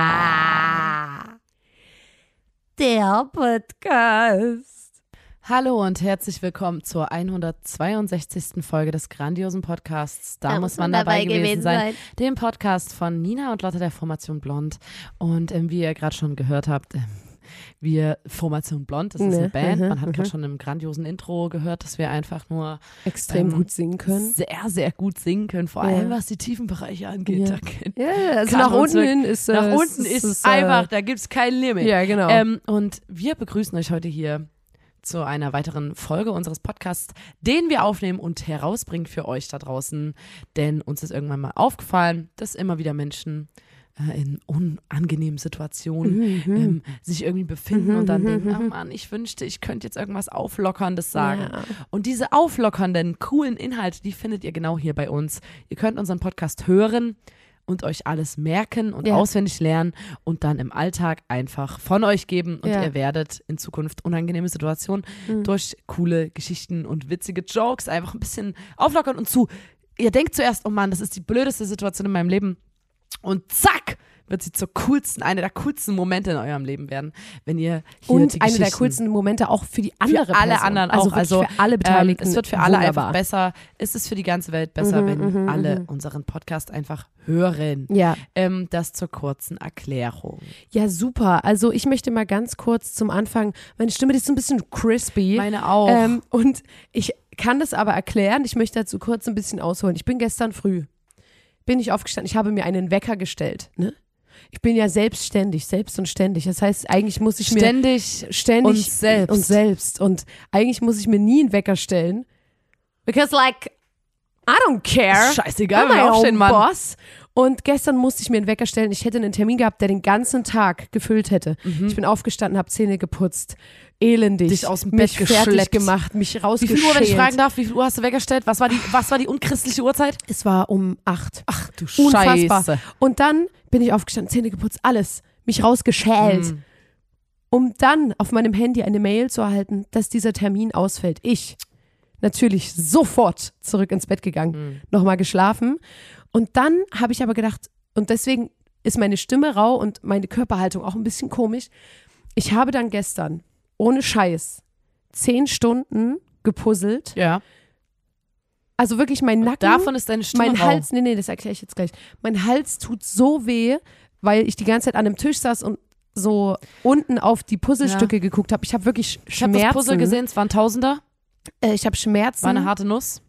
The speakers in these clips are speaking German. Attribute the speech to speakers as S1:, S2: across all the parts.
S1: na. Der Podcast.
S2: Hallo und herzlich willkommen zur 162. Folge des grandiosen Podcasts. Da, muss man, dabei, gewesen, sein. Dem Podcast von Nina und Lotta der Formation Blond. Und ähm, wie ihr gerade schon gehört habt, ähm, wir Formation Blond, das ist
S1: Ne,
S2: eine Band.
S1: mhm,
S2: Man hat
S1: mhm.
S2: gerade schon im grandiosen Intro gehört, dass wir einfach nur
S1: Extrem
S2: Ähm,
S1: gut singen können.
S2: sehr, sehr gut singen können. Vor
S1: Ja.
S2: allem was die Tiefenbereiche angeht.
S1: Ja.
S2: Da geht
S1: Ja, also
S2: Kann
S1: nach unten
S2: uns wirklich-
S1: hin ist äh,
S2: Nach
S1: es-
S2: unten
S1: es
S2: ist,
S1: äh,
S2: einfach, da gibt es kein Limit.
S1: Ja, genau.
S2: Ähm, und wir begrüßen euch heute hier zu einer weiteren Folge unseres Podcasts, den wir aufnehmen und herausbringen für euch da draußen. Denn uns ist irgendwann mal aufgefallen, dass immer wieder Menschen äh, in unangenehmen Situationen
S1: Mhm.
S2: ähm, sich irgendwie befinden und dann denken, oh Mann, ich wünschte, ich könnte jetzt irgendwas Auflockerndes sagen.
S1: Ja.
S2: Und diese auflockernden, coolen Inhalte, die findet ihr genau hier bei uns. Ihr könnt unseren Podcast hören und euch alles merken und
S1: Ja.
S2: auswendig lernen und dann im Alltag einfach von euch geben. Und
S1: Ja. Mhm.
S2: ihr werdet in Zukunft unangenehme Situationen durch coole Geschichten und witzige Jokes einfach ein bisschen auflockern und zu. Ihr denkt zuerst, oh Mann, das ist die blödeste Situation in meinem Leben. Und zack! wird sie zur coolsten, eine der coolsten Momente in eurem Leben werden, wenn ihr hier die
S1: und eine der
S2: Geschichten-
S1: coolsten Momente auch für die andere
S2: für alle
S1: Person.
S2: anderen
S1: also
S2: auch.
S1: wirklich
S2: Also
S1: für alle Beteiligten.
S2: Ähm, es wird für alle einfach
S1: wunderbar. Mhm,
S2: besser. Es ist für die ganze Welt besser, wenn alle unseren Podcast einfach hören.
S1: Ja.
S2: Ähm, das zur kurzen Erklärung.
S1: ja, super. Also ich möchte mal ganz kurz zum Anfang, meine Stimme die ist so ein bisschen crispy.
S2: Meine auch.
S1: Ähm, und ich kann das aber erklären. Ich möchte dazu kurz ein bisschen ausholen. Ich bin gestern früh, bin ich aufgestanden. Ich habe mir einen Wecker gestellt. Ne? Ich bin ja selbstständig, selbst und ständig. Das heißt, eigentlich muss ich mir
S2: Ständig.
S1: ständig
S2: Und selbst.
S1: und selbst und eigentlich muss ich mir nie einen Wecker stellen because like I don't care
S2: Scheißegal,
S1: I'm
S2: wenn wir
S1: my
S2: aufstehen,
S1: own
S2: Mann.
S1: um Boss und gestern musste ich mir einen Wecker stellen ich hätte einen Termin gehabt der den ganzen Tag gefüllt hätte ich bin aufgestanden habe Zähne geputzt elendig
S2: Mhm. Dich aus dem
S1: mich
S2: Bett
S1: fertig
S2: geschleppt.
S1: gemacht mich
S2: Wie
S1: rausgeschält
S2: viel Uhr, wenn ich fragen darf, wie viel Uhr hast du weggestellt? Was war die, was war die unchristliche Uhrzeit?
S1: es war um acht
S2: Ach du
S1: unfassbar
S2: Scheiße.
S1: und dann bin ich aufgestanden Zähne geputzt alles mich rausgeschält
S2: Mhm.
S1: um dann auf meinem Handy eine Mail zu erhalten, dass dieser Termin ausfällt. Ich natürlich sofort zurück ins Bett
S2: Hm.
S1: gegangen, nochmal geschlafen. Und dann habe ich aber gedacht, und deswegen ist meine Stimme rau und meine Körperhaltung auch ein bisschen komisch. Ich habe dann gestern, ohne Scheiß, zehn Stunden gepuzzelt.
S2: Ja.
S1: Also wirklich mein Nacken.
S2: Davon ist deine Stimme
S1: Mein
S2: rau.
S1: Hals, nee, nee, das erkläre ich jetzt gleich. Mein Hals tut so weh, weil ich die ganze Zeit an einem Tisch saß und so unten auf die Puzzlestücke geguckt habe. Ich habe wirklich Sch-
S2: Ich habe
S1: Schmerzen.
S2: das Puzzle gesehen, es waren Tausender,
S1: Äh, ich habe Schmerzen
S2: war eine harte Nuss.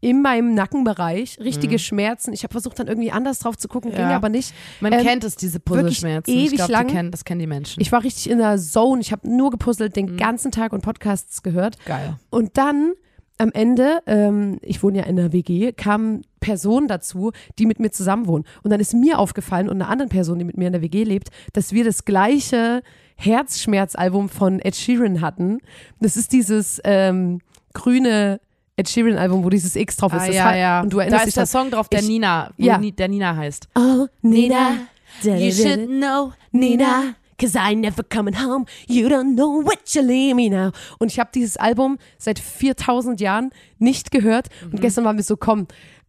S1: in meinem Nackenbereich, richtige Schmerzen. Ich habe versucht, dann irgendwie anders drauf zu gucken, ging
S2: Ja.
S1: aber nicht.
S2: Man
S1: Ähm,
S2: kennt es, diese Puzzleschmerzen.
S1: wirklich
S2: ich
S1: ewig
S2: glaube,
S1: lang.
S2: kennen, das kennen die Menschen.
S1: Ich war richtig in der Zone. Ich habe nur gepuzzelt,
S2: Mhm.
S1: den ganzen Tag und Podcasts gehört.
S2: Geil.
S1: Und dann am Ende, ähm, ich wohne ja in einer WG, kamen Personen dazu, die mit mir zusammenwohnen. Und dann ist mir aufgefallen und einer anderen Person, die mit mir in der WG lebt, dass wir das gleiche Herzschmerzalbum von Ed Sheeran hatten. Das ist dieses ähm, grüne Ed Sheeran-Album, wo dieses X drauf ist.
S2: Ah,
S1: Das
S2: ja,
S1: hat-
S2: ja.
S1: Und du
S2: da
S1: erinnerst dich
S2: ist der
S1: das.
S2: Song drauf, der
S1: Ich-
S2: Nina, wo
S1: Ja.
S2: Ni- der Nina heißt.
S1: Oh,
S2: Nina, You should know, Nina.
S1: Cause I never coming home. You don't know what you leave me now. Und ich habe dieses Album seit 4000 Jahren nicht gehört. Und gestern waren wir so, komm,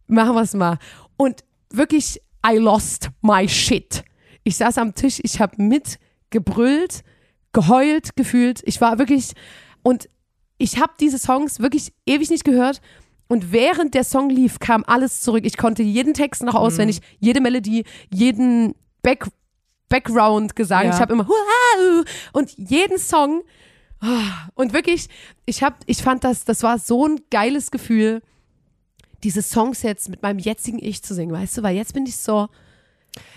S1: machen wir's mal. Und wirklich, I lost my shit. Ich saß am Tisch, ich habe mitgebrüllt, geheult, gefühlt. Ich war wirklich, und ich habe diese Songs wirklich ewig nicht gehört. Und während der Song lief, kam alles zurück. Ich konnte jeden Text
S2: Mhm.
S1: noch auswendig, jede Melodie, jeden Back Background gesang.
S2: Ja.
S1: Ich habe immer wow und jeden Song Ah, und wirklich, ich habe ich fand das das war so ein geiles Gefühl diese Songs jetzt mit meinem jetzigen Ich zu singen, weißt du, weil jetzt bin ich so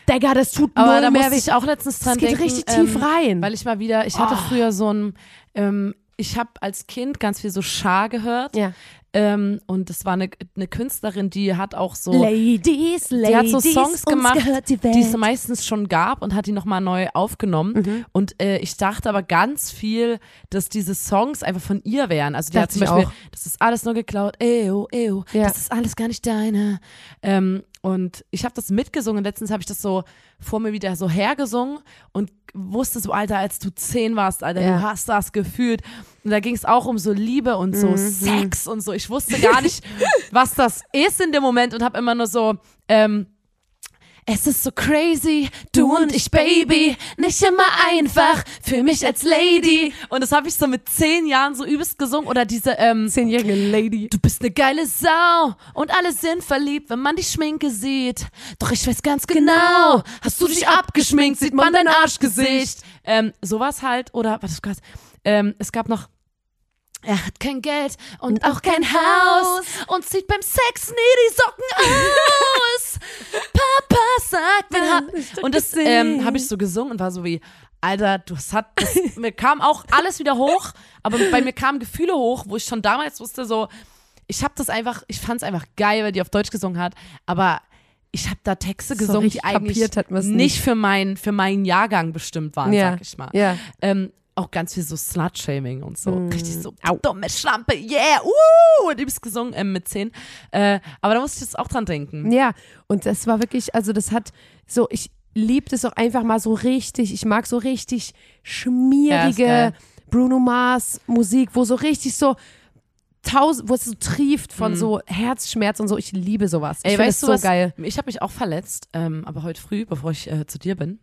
S1: Digga, das tut
S2: Aber
S1: null
S2: da
S1: mehr
S2: musste
S1: weh.
S2: ich auch letztens dran
S1: Das geht
S2: denken.
S1: richtig
S2: ähm,
S1: tief rein. Oh.
S2: Weil ich mal wieder, ich hatte früher so ein, ähm, ich habe als Kind ganz viel so Schar gehört.
S1: ja.
S2: Ähm, und das war eine, eine Künstlerin, die hat auch so.
S1: Ladies, Ladies,
S2: Die hat so Songs
S1: uns
S2: gemacht,
S1: gehört die, Welt. Mhm.
S2: die es meistens schon gab und hat die nochmal neu aufgenommen. Und äh, ich dachte aber ganz viel, dass diese Songs einfach von ihr wären. Also die hat
S1: Dachte
S2: zum
S1: ich
S2: Beispiel,
S1: auch.
S2: das ist alles nur geklaut, ew, ew,
S1: Ja.
S2: das ist alles gar nicht deine. Ähm, und ich habe das mitgesungen. Letztens habe ich das so vor mir wieder so hergesungen und wusste so, Alter, als du zehn warst, Alter,
S1: Ja.
S2: du hast das gefühlt. Und da ging es auch um so Liebe und
S1: Mhm.
S2: so Sex und so. Ich wusste gar nicht, was das ist in dem Moment und habe immer nur so, ähm, es ist so crazy, du und ich, Baby, nicht immer einfach, für mich als Lady. Und das habe ich so mit zehn Jahren so übelst gesungen. Oder diese, ähm,
S1: zehnjährige Lady.
S2: du bist eine geile Sau und alle sind verliebt, wenn man die Schminke sieht. Doch ich weiß ganz genau, hast du dich abgeschminkt, sieht man dein Arschgesicht. Ähm, sowas halt. Oder, was war's? Ähm, es gab noch... Er hat kein Geld und auch kein Haus und zieht beim Sex nie die Socken aus. Papa sagt, wenn
S1: Mann,
S2: hab
S1: ich hab
S2: und das
S1: gesehen.
S2: ähm, habe ich so gesungen und war so wie Alter, du hast hat das, mir kam auch alles wieder hoch, aber bei mir kamen Gefühle hoch, wo ich schon damals wusste so ich habe das einfach, ich fand es einfach geil, weil die auf Deutsch gesungen hat, aber ich habe da Texte
S1: So
S2: gesungen, die
S1: richtig
S2: eigentlich
S1: kapiert hat man's
S2: nicht,
S1: nicht.
S2: für meinen für meinen Jahrgang bestimmt waren,
S1: Ja.
S2: sag ich mal.
S1: Ja. Mm.
S2: Ähm, auch ganz viel so Slut-Shaming und so. Richtig so,
S1: Au.
S2: dumme Schlampe, yeah, uh, und übelst gesungen ähm, mit 10. Äh, aber da musste ich jetzt auch dran denken.
S1: Ja, und das war wirklich, also das hat so, ich liebe das auch einfach mal so richtig, ich mag so richtig
S2: Ja, ist
S1: schmierige
S2: geil.
S1: Bruno Mars Musik, wo so richtig so tausend, wo es so trieft von so Herzschmerz und so, ich liebe sowas. Ich
S2: Mhm. Ey,
S1: find
S2: weißt
S1: das
S2: du
S1: so
S2: was?
S1: geil.
S2: Ich habe mich auch verletzt, ähm, aber heute früh, bevor ich äh, zu dir bin,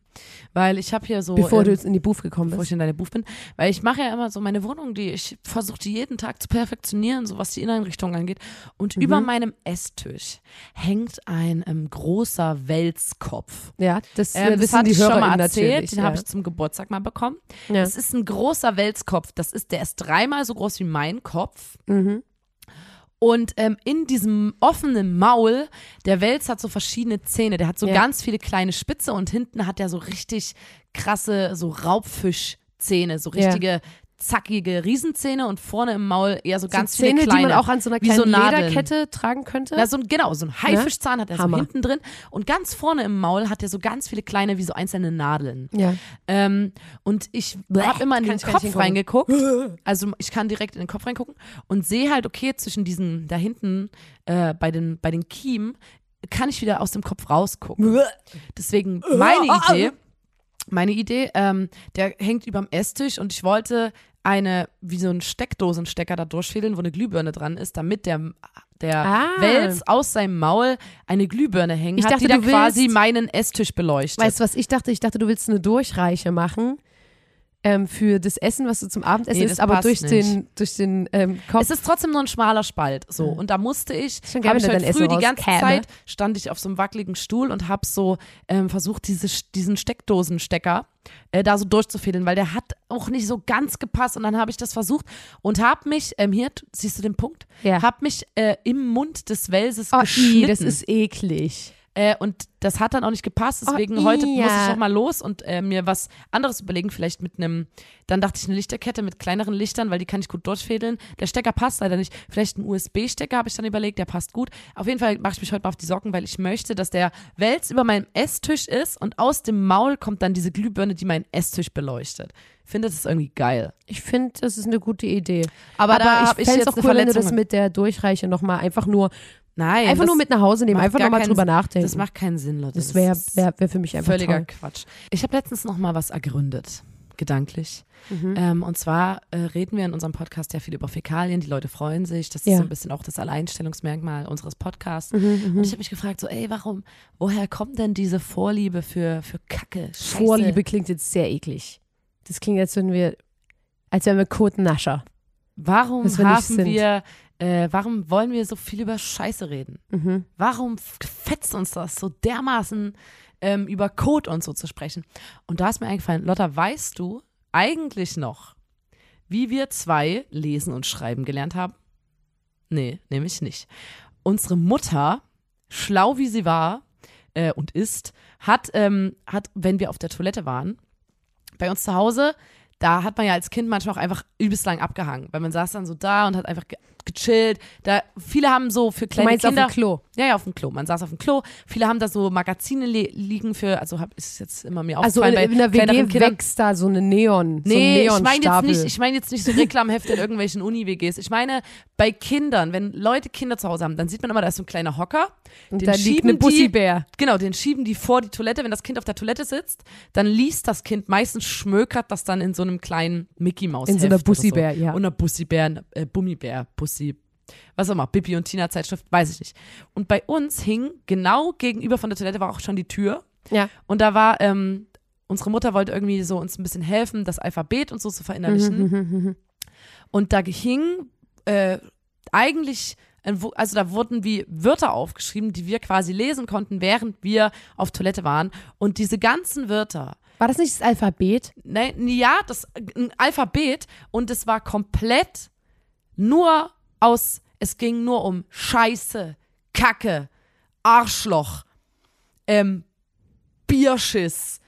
S2: weil ich habe hier so
S1: Bevor
S2: ähm,
S1: du jetzt in die Booth gekommen
S2: bevor ich
S1: bist.
S2: in deine Buch bin, weil ich mache ja immer so meine Wohnung, die ich versuche die jeden Tag zu perfektionieren, so was die Inneneinrichtung angeht. Und
S1: Mhm.
S2: über meinem Esstisch hängt ein ähm, großer Welskopf.
S1: Ja, das äh,
S2: Ähm, das
S1: wissen
S2: hatte
S1: die
S2: ich schon
S1: Hörer
S2: mal erzählt,
S1: natürlich.
S2: den
S1: ja.
S2: habe ich zum Geburtstag mal bekommen.
S1: Ja.
S2: Das ist ein großer Welskopf. Das ist, der ist dreimal so groß wie mein Kopf.
S1: Mhm.
S2: Und ähm, in diesem offenen Maul, der Wels hat so verschiedene Zähne. Der hat so
S1: Ja.
S2: ganz viele kleine Spitze und hinten hat er so richtig krasse, so Raubfischzähne, so
S1: Ja.
S2: richtige zackige Riesenzähne und vorne im Maul eher so,
S1: So
S2: ganz
S1: Zähne,
S2: viele kleine.
S1: die man auch an so einer
S2: wie
S1: kleinen
S2: so Nadeln.
S1: Lederkette tragen könnte.
S2: Na, so ein, genau, so ein Haifischzahn hat er so
S1: Hammer.
S2: hinten drin. Und ganz vorne im Maul hat er so ganz viele kleine, wie so einzelne Nadeln.
S1: ja.
S2: Ähm, und ich habe immer in
S1: Kann
S2: den
S1: ich gar nicht
S2: Kopf reingeguckt. Also ich kann direkt in den Kopf reingucken und sehe halt, okay, zwischen diesen, da hinten, äh, bei, den, bei den Kiemen, kann ich wieder aus dem Kopf rausgucken. Deswegen meine Idee, meine Idee, ähm, der hängt überm Esstisch und ich wollte eine, wie so einen Steckdosenstecker da durchfädeln, wo eine Glühbirne dran ist, damit der, der
S1: Ah.
S2: Wels aus seinem Maul eine Glühbirne hängen
S1: Ich
S2: hat,
S1: dachte,
S2: die da
S1: du willst-
S2: quasi meinen Esstisch beleuchtet.
S1: Weißt du, was ich dachte? Ich dachte, du willst eine Durchreiche machen ähm, für das Essen, was du zum Abendessen
S2: Nee, das
S1: isst, aber
S2: passt
S1: durch
S2: nicht.
S1: den, durch den ähm, Kopf.
S2: Es ist trotzdem nur ein schmaler Spalt. So. Und da musste ich,
S1: Schon geil,
S2: habe ich
S1: wenn da
S2: heute
S1: dein
S2: früh
S1: Essen
S2: die ganze
S1: rauskäme.
S2: Zeit, stand ich auf so einem wackeligen Stuhl und habe so ähm, versucht, diese, diesen Steckdosenstecker äh, da so durchzufädeln, weil der hat auch nicht so ganz gepasst. Und dann habe ich das versucht und habe mich, ähm, hier, t- siehst du den Punkt?
S1: Ja.
S2: Habe mich äh, im Mund des Welses
S1: oh,
S2: geschnitten.
S1: i, das ist eklig.
S2: Äh, und das hat dann auch nicht gepasst, deswegen
S1: Oh,
S2: heute
S1: Ia.
S2: muss ich noch mal los und äh, mir was anderes überlegen, vielleicht mit einem, dann dachte ich eine Lichterkette mit kleineren Lichtern, weil die kann ich gut durchfädeln. Der Stecker passt leider nicht. Vielleicht einen USB-Stecker habe ich dann überlegt, der passt gut. Auf jeden Fall mache ich mich heute mal auf die Socken, weil ich möchte, dass der Wels über meinem Esstisch ist und aus dem Maul kommt dann diese Glühbirne, die meinen Esstisch beleuchtet. Finde das ist irgendwie geil.
S1: Ich finde, das ist eine gute Idee.
S2: Aber, da
S1: ich
S2: habe ich
S1: fänd's
S2: jetzt
S1: auch
S2: eine
S1: cool, wenn du
S2: Verletzung.
S1: das mit der Durchreiche nochmal einfach nur,
S2: Nein,
S1: einfach
S2: das
S1: nur mit nach Hause nehmen,
S2: macht
S1: einfach
S2: gar
S1: nochmal
S2: keinen
S1: drüber
S2: Sinn.
S1: nachdenken.
S2: Das macht keinen Sinn, Leute.
S1: das wäre
S2: ist-
S1: wär, wär für mich einfach toll.
S2: Völliger Quatsch. Ich habe letztens noch mal was ergründet, gedanklich.
S1: Mhm.
S2: Ähm, und zwar äh, reden wir in unserem Podcast ja viel über Fäkalien. Die Leute freuen sich. Das ist
S1: Ja. Mhm.
S2: so ein bisschen auch das Alleinstellungsmerkmal unseres Podcasts. und ich habe mich gefragt, so, ey, warum, woher kommt denn diese Vorliebe für, für Kacke? Scheiße?
S1: Vorliebe klingt jetzt sehr eklig. Das klingt, als würden wir, als wären wir Kotennascher.
S2: Warum
S1: dass wir nicht
S2: haben
S1: sind.
S2: wir, äh, warum wollen wir so viel über Scheiße reden?
S1: Mhm.
S2: Warum f- fetzt uns das so dermaßen ähm, über Code und so zu sprechen? Und da ist mir eingefallen, Lotta, weißt du eigentlich noch, wie wir zwei lesen und schreiben gelernt haben? Nee, nämlich nicht. Unsere Mutter, schlau wie sie war äh, und ist, hat, ähm, hat, wenn wir auf der Toilette waren, bei uns zu Hause, da hat man ja als Kind manchmal auch einfach übelst lang abgehangen, weil man saß dann so da und hat einfach ge- gechillt. Da, viele haben so für
S1: Du
S2: kleine
S1: meinst auf
S2: Kinder.
S1: dem Klo.
S2: Ja, ja, auf dem Klo. Man saß auf dem Klo. Viele haben da so Magazine li liegen für, also hab, ist jetzt immer mir
S1: Also
S2: aufgefallen
S1: in, in der
S2: bei kleineren
S1: WG
S2: Kindern.
S1: wächst da so eine Neon, so ein
S2: Nee, ich meine jetzt
S1: Neonstapel.
S2: nicht, ich meine jetzt nicht so Reklamhefte in irgendwelchen Uni-WGs. Ich meine bei Kindern, wenn Leute Kinder zu Hause haben, dann sieht man immer, da ist so ein kleiner Hocker.
S1: Und
S2: den
S1: da liegt
S2: schieben
S1: ein
S2: die-
S1: Bussibär.
S2: Genau, den schieben die vor die Toilette. Wenn das Kind auf der Toilette sitzt, dann liest das Kind meistens schmökert das dann in so einem kleinen Mickey Maus.
S1: In so einer Bussibär,
S2: so.
S1: ja.
S2: Und einer Bussibär, äh, Bummibär, Bussi, was auch immer, Bibi und Tina Zeitschrift, weiß ich nicht. Und bei uns hing genau gegenüber von der Toilette war auch schon die Tür.
S1: Ja.
S2: Und da war, ähm, unsere Mutter wollte irgendwie so uns ein bisschen helfen, das Alphabet und so zu verinnerlichen. Und da hing äh, eigentlich, ein Wo- also da wurden wie Wörter aufgeschrieben, die wir quasi lesen konnten, während wir auf Toilette waren. Und diese ganzen Wörter,
S1: War das nicht das Alphabet?
S2: nein, ja, ne, das ein Alphabet und es war komplett nur aus, es ging nur um Scheiße, Kacke, Arschloch, ähm, Bierschiss.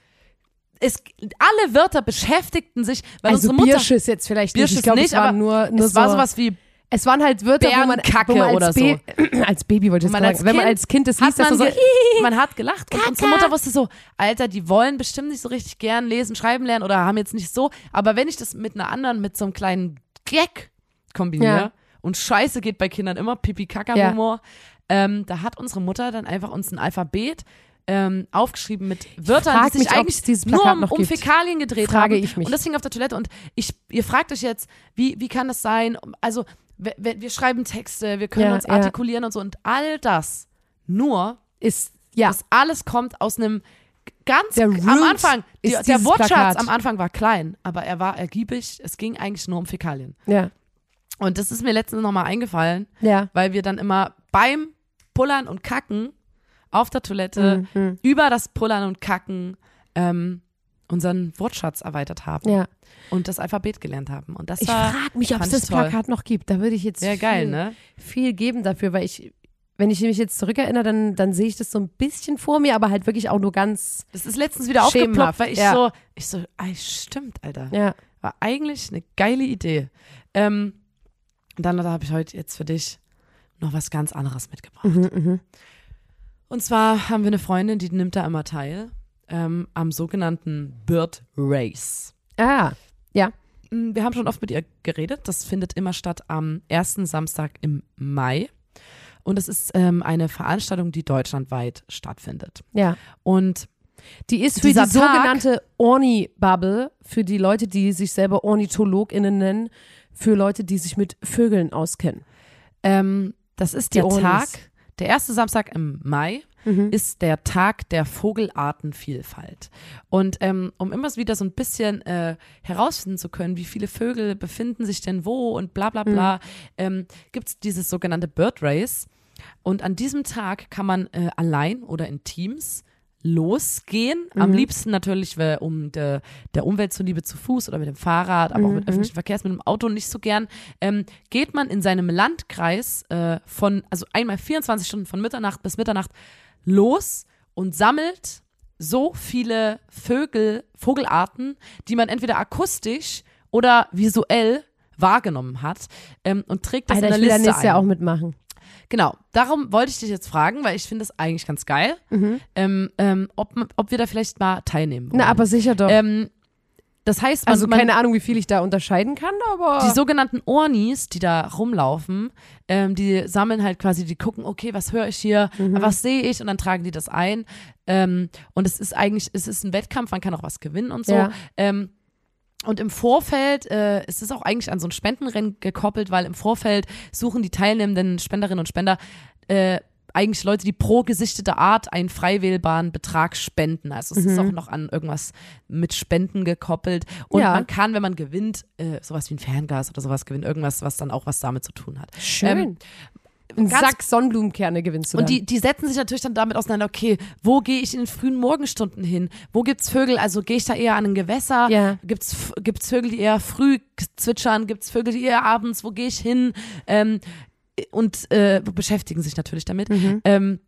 S2: Es, alle Wörter beschäftigten sich, weil
S1: also
S2: unsere Mutter.
S1: Bierschiss jetzt vielleicht nicht.
S2: Bierschiss
S1: Ich glaube, es
S2: nicht,
S1: war
S2: aber
S1: nur, nur
S2: es
S1: so,
S2: war sowas wie
S1: Es waren halt Wörter, wo man, wo
S2: Bärenkacke
S1: man als
S2: oder
S1: Ba- als Baby wollte ich
S2: Wenn
S1: jetzt
S2: man
S1: sagen. Wenn
S2: als
S1: man
S2: Kind-
S1: als Kind das liest,
S2: hat
S1: dass
S2: man,
S1: man so,
S2: ge man hat gelacht und unsere Mutter wusste so, Alter, die wollen bestimmt nicht so richtig gern lesen, schreiben lernen oder haben jetzt nicht so, aber wenn ich das mit einer anderen, mit so einem kleinen Gag kombiniere
S1: Ja.
S2: und Scheiße geht bei Kindern immer, pipi kaka
S1: Ja.
S2: humor ähm, da hat unsere Mutter dann einfach uns ein Alphabet ähm, aufgeschrieben mit Wörtern,
S1: frag
S2: die sich
S1: mich, ob
S2: eigentlich
S1: es dieses
S2: nur
S1: Plakat
S2: um,
S1: noch
S2: um
S1: gibt.
S2: Fäkalien gedreht
S1: Frage
S2: haben.
S1: ich mich.
S2: Und das hing auf der Toilette und ich, ihr fragt euch jetzt, wie, wie kann das sein? Also, we- we- wir schreiben Texte, wir können
S1: Ja,
S2: uns
S1: ja.
S2: artikulieren und so und all das nur
S1: ist, ja,
S2: das alles kommt aus einem ganz
S1: Der
S2: am
S1: Root
S2: Anfang. Die,
S1: ist
S2: der
S1: dieses
S2: Wortschatz
S1: Plakat.
S2: am Anfang war klein, aber er war ergiebig. Es ging eigentlich nur um Fäkalien.
S1: ja,
S2: Und das ist mir letztens nochmal eingefallen,
S1: ja.
S2: weil wir dann immer beim Pullern und Kacken auf der Toilette
S1: Mhm.
S2: über das Pullern und Kacken ähm, unseren Wortschatz erweitert haben
S1: ja.
S2: und das Alphabet gelernt haben. Und das
S1: Ich
S2: war
S1: frage mich, ob es
S2: fand ich
S1: das
S2: toll.
S1: Plakat noch gibt. Da würde ich jetzt
S2: sehr geil,
S1: viel,
S2: ne?
S1: viel geben dafür, weil ich, wenn ich mich jetzt zurückerinnere, dann, dann sehe ich das so ein bisschen vor mir, aber halt wirklich auch nur ganz,
S2: Das ist letztens wieder
S1: Schemenhaft,
S2: aufgeploppt, weil ich
S1: ja.
S2: so, ich so, ey, stimmt, Alter.
S1: ja.
S2: War eigentlich eine geile Idee. Ähm, und dann habe ich heute jetzt für dich noch was ganz anderes mitgebracht.
S1: Mhm,
S2: Und zwar haben wir eine Freundin, die nimmt da immer teil ähm, am sogenannten Bird Race.
S1: Ah,
S2: Mm, Wir haben schon oft mit ihr geredet. Das findet immer statt am ersten Samstag im Mai. Und das ist ähm, eine Veranstaltung, die deutschlandweit stattfindet.
S1: ja.
S2: Und
S1: Die ist für die
S2: Dieser Tag-
S1: sogenannte Orni-Bubble, für die Leute, die sich selber OrnitologInnen nennen, für Leute, die sich mit Vögeln auskennen.
S2: ähm, das ist
S1: Die
S2: der
S1: Onis.
S2: Tag, der erste Samstag im Mai
S1: Mhm.
S2: ist der Tag der Vogelartenvielfalt. Und ähm, um immer wieder so ein bisschen äh, herausfinden zu können, wie viele Vögel befinden sich denn wo und bla bla bla, ähm, gibt es dieses sogenannte Bird Race. Und an diesem Tag kann man äh, allein oder in Teams losgehen. Am
S1: Mhm.
S2: liebsten natürlich, weil, um de, der Umwelt zuliebe zu Fuß oder mit dem Fahrrad, aber auch
S1: Mhm,
S2: mit öffentlichen Verkehrsmitteln, mit dem Auto nicht so gern. Ähm, geht man in seinem Landkreis äh, von, also einmal 24 Stunden von Mitternacht bis Mitternacht los und sammelt so viele Vögel, Vogelarten, die man entweder akustisch oder visuell wahrgenommen hat ähm, und trägt das
S1: Alter,
S2: in
S1: ich
S2: der
S1: will da
S2: Liste
S1: nächstes
S2: ein.
S1: Jahr auch mitmachen.
S2: Genau, darum wollte ich dich jetzt fragen, weil ich finde das eigentlich ganz geil, ähm, ähm, ob, man- ob wir da vielleicht mal teilnehmen wollen.
S1: Mhm. Na, aber sicher doch.
S2: ähm, das heißt, man,
S1: also
S2: man,
S1: keine Ahnung, wie viel ich da unterscheiden kann, aber
S2: die sogenannten Ornis, die da rumlaufen, ähm, die sammeln halt quasi, die gucken, okay, was höre ich hier,
S1: Mhm.
S2: was sehe ich und dann tragen die das ein. Ähm, und es ist eigentlich, es ist ein Wettkampf, man kann auch was gewinnen und so.
S1: Ja.
S2: Ähm, und im Vorfeld, äh, es ist auch eigentlich an so ein Spendenrennen gekoppelt, weil im Vorfeld suchen die teilnehmenden Spenderinnen und Spender äh, eigentlich Leute, die pro gesichtete Art einen frei wählbaren Betrag spenden. Also es
S1: Mhm.
S2: ist auch noch an irgendwas mit Spenden gekoppelt. Und
S1: Ja.
S2: man kann, wenn man gewinnt, äh, sowas wie ein Fernglas oder sowas gewinnen, irgendwas, was dann auch was damit zu tun hat.
S1: schön.
S2: ähm,
S1: Ein
S2: ganz-
S1: Sack Sonnenblumenkerne gewinnst du
S2: Und
S1: dann.
S2: die, die setzen sich natürlich dann damit auseinander, okay, wo gehe ich in den frühen Morgenstunden hin? Wo gibt's Vögel? Also gehe ich da eher an ein Gewässer?
S1: Ja.
S2: Gibt's, F- gibt's Vögel, die eher früh k- zwitschern? Gibt's Vögel, die eher abends? Wo gehe ich
S1: Mhm.
S2: hin? Ähm, und äh, beschäftigen sich natürlich damit. Ähm,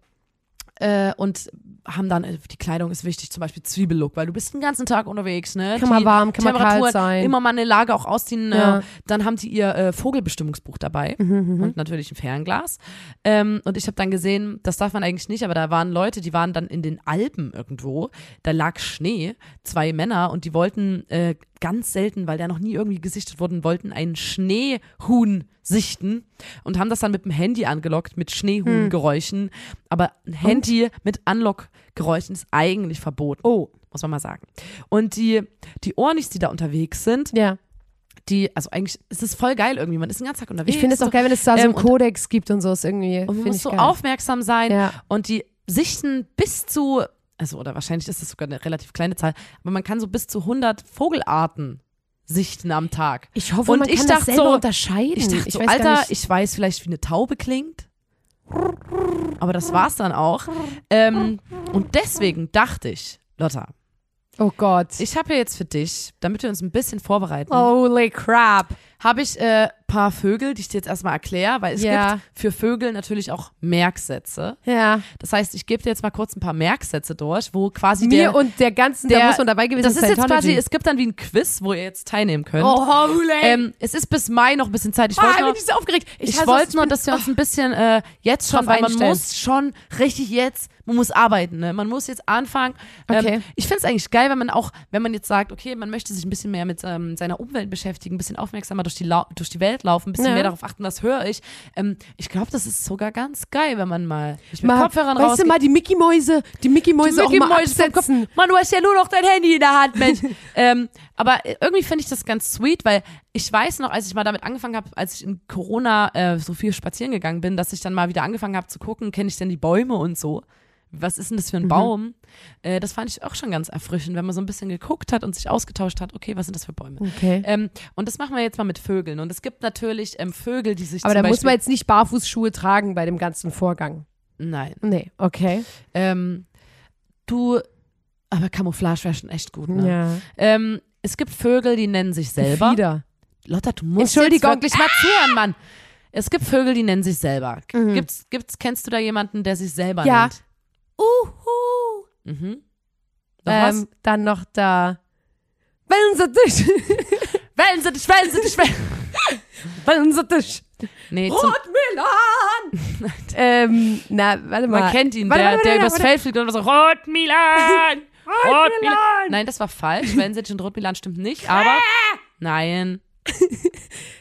S2: äh, und haben dann, äh, die Kleidung ist wichtig, zum Beispiel Zwiebellook, weil du bist den ganzen Tag unterwegs, ne?
S1: Kann mal
S2: die
S1: warm, kann mal kalt
S2: Temperaturen,
S1: sein.
S2: Immer mal eine Lage auch ausziehen.
S1: Ja.
S2: Äh, dann haben die ihr äh, Vogelbestimmungsbuch dabei und natürlich ein Fernglas. Ähm, und ich habe dann gesehen, das darf man eigentlich nicht, aber da waren Leute, die waren dann in den Alpen irgendwo. Da lag Schnee, zwei Männer und die wollten äh, ganz selten, weil der noch nie irgendwie gesichtet wurden, wollten einen Schneehuhn sichten und haben das dann mit dem Handy angelockt, mit Schneehuhngeräuschen. Aber ein Handy mit Anlockgeräuschen ist eigentlich verboten. Oh. Muss man mal sagen. Und die, die Ohrnichs, die da unterwegs sind,
S1: Ja.
S2: die, also eigentlich ist es voll geil irgendwie. Man ist den ganzen Tag unterwegs.
S1: Ich finde es auch geil, wenn es da so
S2: Ähm,
S1: einen
S2: und-
S1: Kodex gibt und so ist irgendwie.
S2: und man
S1: find
S2: muss
S1: ich
S2: so
S1: geil.
S2: aufmerksam sein.
S1: Ja.
S2: Und die sichten bis zu, also oder wahrscheinlich ist das sogar eine relativ kleine Zahl, aber man kann so bis zu 100 Vogelarten sichten am Tag.
S1: Ich hoffe,
S2: Und
S1: man
S2: ich
S1: kann
S2: dachte
S1: das selber
S2: so-
S1: unterscheiden.
S2: Ich dachte so,
S1: weiß gar
S2: Alter,
S1: nicht.
S2: ich weiß vielleicht, wie eine Taube klingt. Aber das war's dann auch. Ähm, und deswegen dachte ich, Lotta,
S1: oh Gott.
S2: ich habe ja jetzt für dich, damit wir uns ein bisschen vorbereiten,
S1: Holy crap.
S2: habe ich äh, paar Vögel, die ich dir jetzt erstmal erkläre, weil es
S1: Ja.
S2: gibt für Vögel natürlich auch Merksätze.
S1: Ja.
S2: Das heißt, ich gebe dir jetzt mal kurz ein paar Merksätze durch, wo quasi
S1: Mir
S2: der,
S1: und der ganzen,
S2: der-
S1: da muss man dabei gewesen
S2: das ist jetzt
S1: Scientology.
S2: quasi, es gibt dann wie ein Quiz, wo ihr jetzt teilnehmen könnt.
S1: Oh, holy.
S2: Ähm, es ist bis Mai noch ein bisschen Zeit. Ich wollte
S1: ah,
S2: nur,
S1: bin ich so aufgeregt.
S2: ich
S1: hasse
S2: wollte
S1: es.
S2: nur, dass wir uns ein bisschen äh, jetzt schon,
S1: Drauf
S2: weil man
S1: einstellen.
S2: muss schon richtig jetzt, man muss arbeiten, ne? man muss jetzt anfangen. Ähm,
S1: Okay.
S2: Ich finde es eigentlich geil, wenn man auch, wenn man jetzt sagt, okay, man möchte sich ein bisschen mehr mit ähm, seiner Umwelt beschäftigen, ein bisschen aufmerksamer durch die, Lau durch die Welt laufen, ein bisschen
S1: Ja.
S2: mehr darauf achten, was höre ich. Ähm, ich glaube, das ist sogar ganz geil, wenn man mal ich mit
S1: Mal-
S2: Kopfhörern
S1: Weißt du
S2: rausgeht.
S1: mal, die Mickey-Mäuse, die Mickey-Mäuse auch mal
S2: Mickey-Mäuse vom
S1: absetzen.
S2: Kopf. Mann, du hast ja nur noch dein Handy in der Hand, Mensch. ähm, aber irgendwie finde ich das ganz sweet, weil ich weiß noch, als ich mal damit angefangen habe, als ich in Corona äh, so viel spazieren gegangen bin, dass ich dann mal wieder angefangen habe zu gucken, kenne ich denn die Bäume und so. Was ist denn das für ein
S1: Mhm.
S2: Baum? Äh, das fand ich auch schon ganz erfrischend, wenn man so ein bisschen geguckt hat und sich ausgetauscht hat, okay, was sind das für Bäume?
S1: Okay.
S2: Ähm, und das machen wir jetzt mal mit Vögeln. Und es gibt natürlich ähm, Vögel, die sich
S1: Aber
S2: zum
S1: da muss
S2: Beispiel
S1: man jetzt nicht Barfußschuhe tragen bei dem ganzen Vorgang.
S2: Nein.
S1: Nee, okay.
S2: Ähm, du, aber Camouflage wäre schon echt gut, ne?
S1: Ja.
S2: Ähm, es gibt Vögel, die nennen sich selber.
S1: Wieder.
S2: Lotta, du musst jetzt
S1: Entschuldigung.
S2: wirklich mal zuhören, Mann. Es gibt Vögel, die nennen sich selber. Gibt's, gibt's, kennst du da jemanden, der sich selber
S1: Mhm. Ja.
S2: nennt?
S1: Uhu.
S2: Mhm. Noch
S1: Ähm, dann noch da. Wellen Sie dich.
S2: was? Wellen sie dich, wellen sie dich, wellen.
S1: Wellen Sie dich.
S2: Nee, zum,
S1: Rotmilan! ähm, na, warte mal.
S2: man kennt ihn,
S1: Warte,
S2: der,
S1: warte,
S2: der
S1: warte,
S2: übers
S1: warte.
S2: Feld fliegt und so, Rotmilan! Rotmilan! Nein, das war falsch. Wellen sie dich und Rotmilan stimmt nicht, aber. Nein.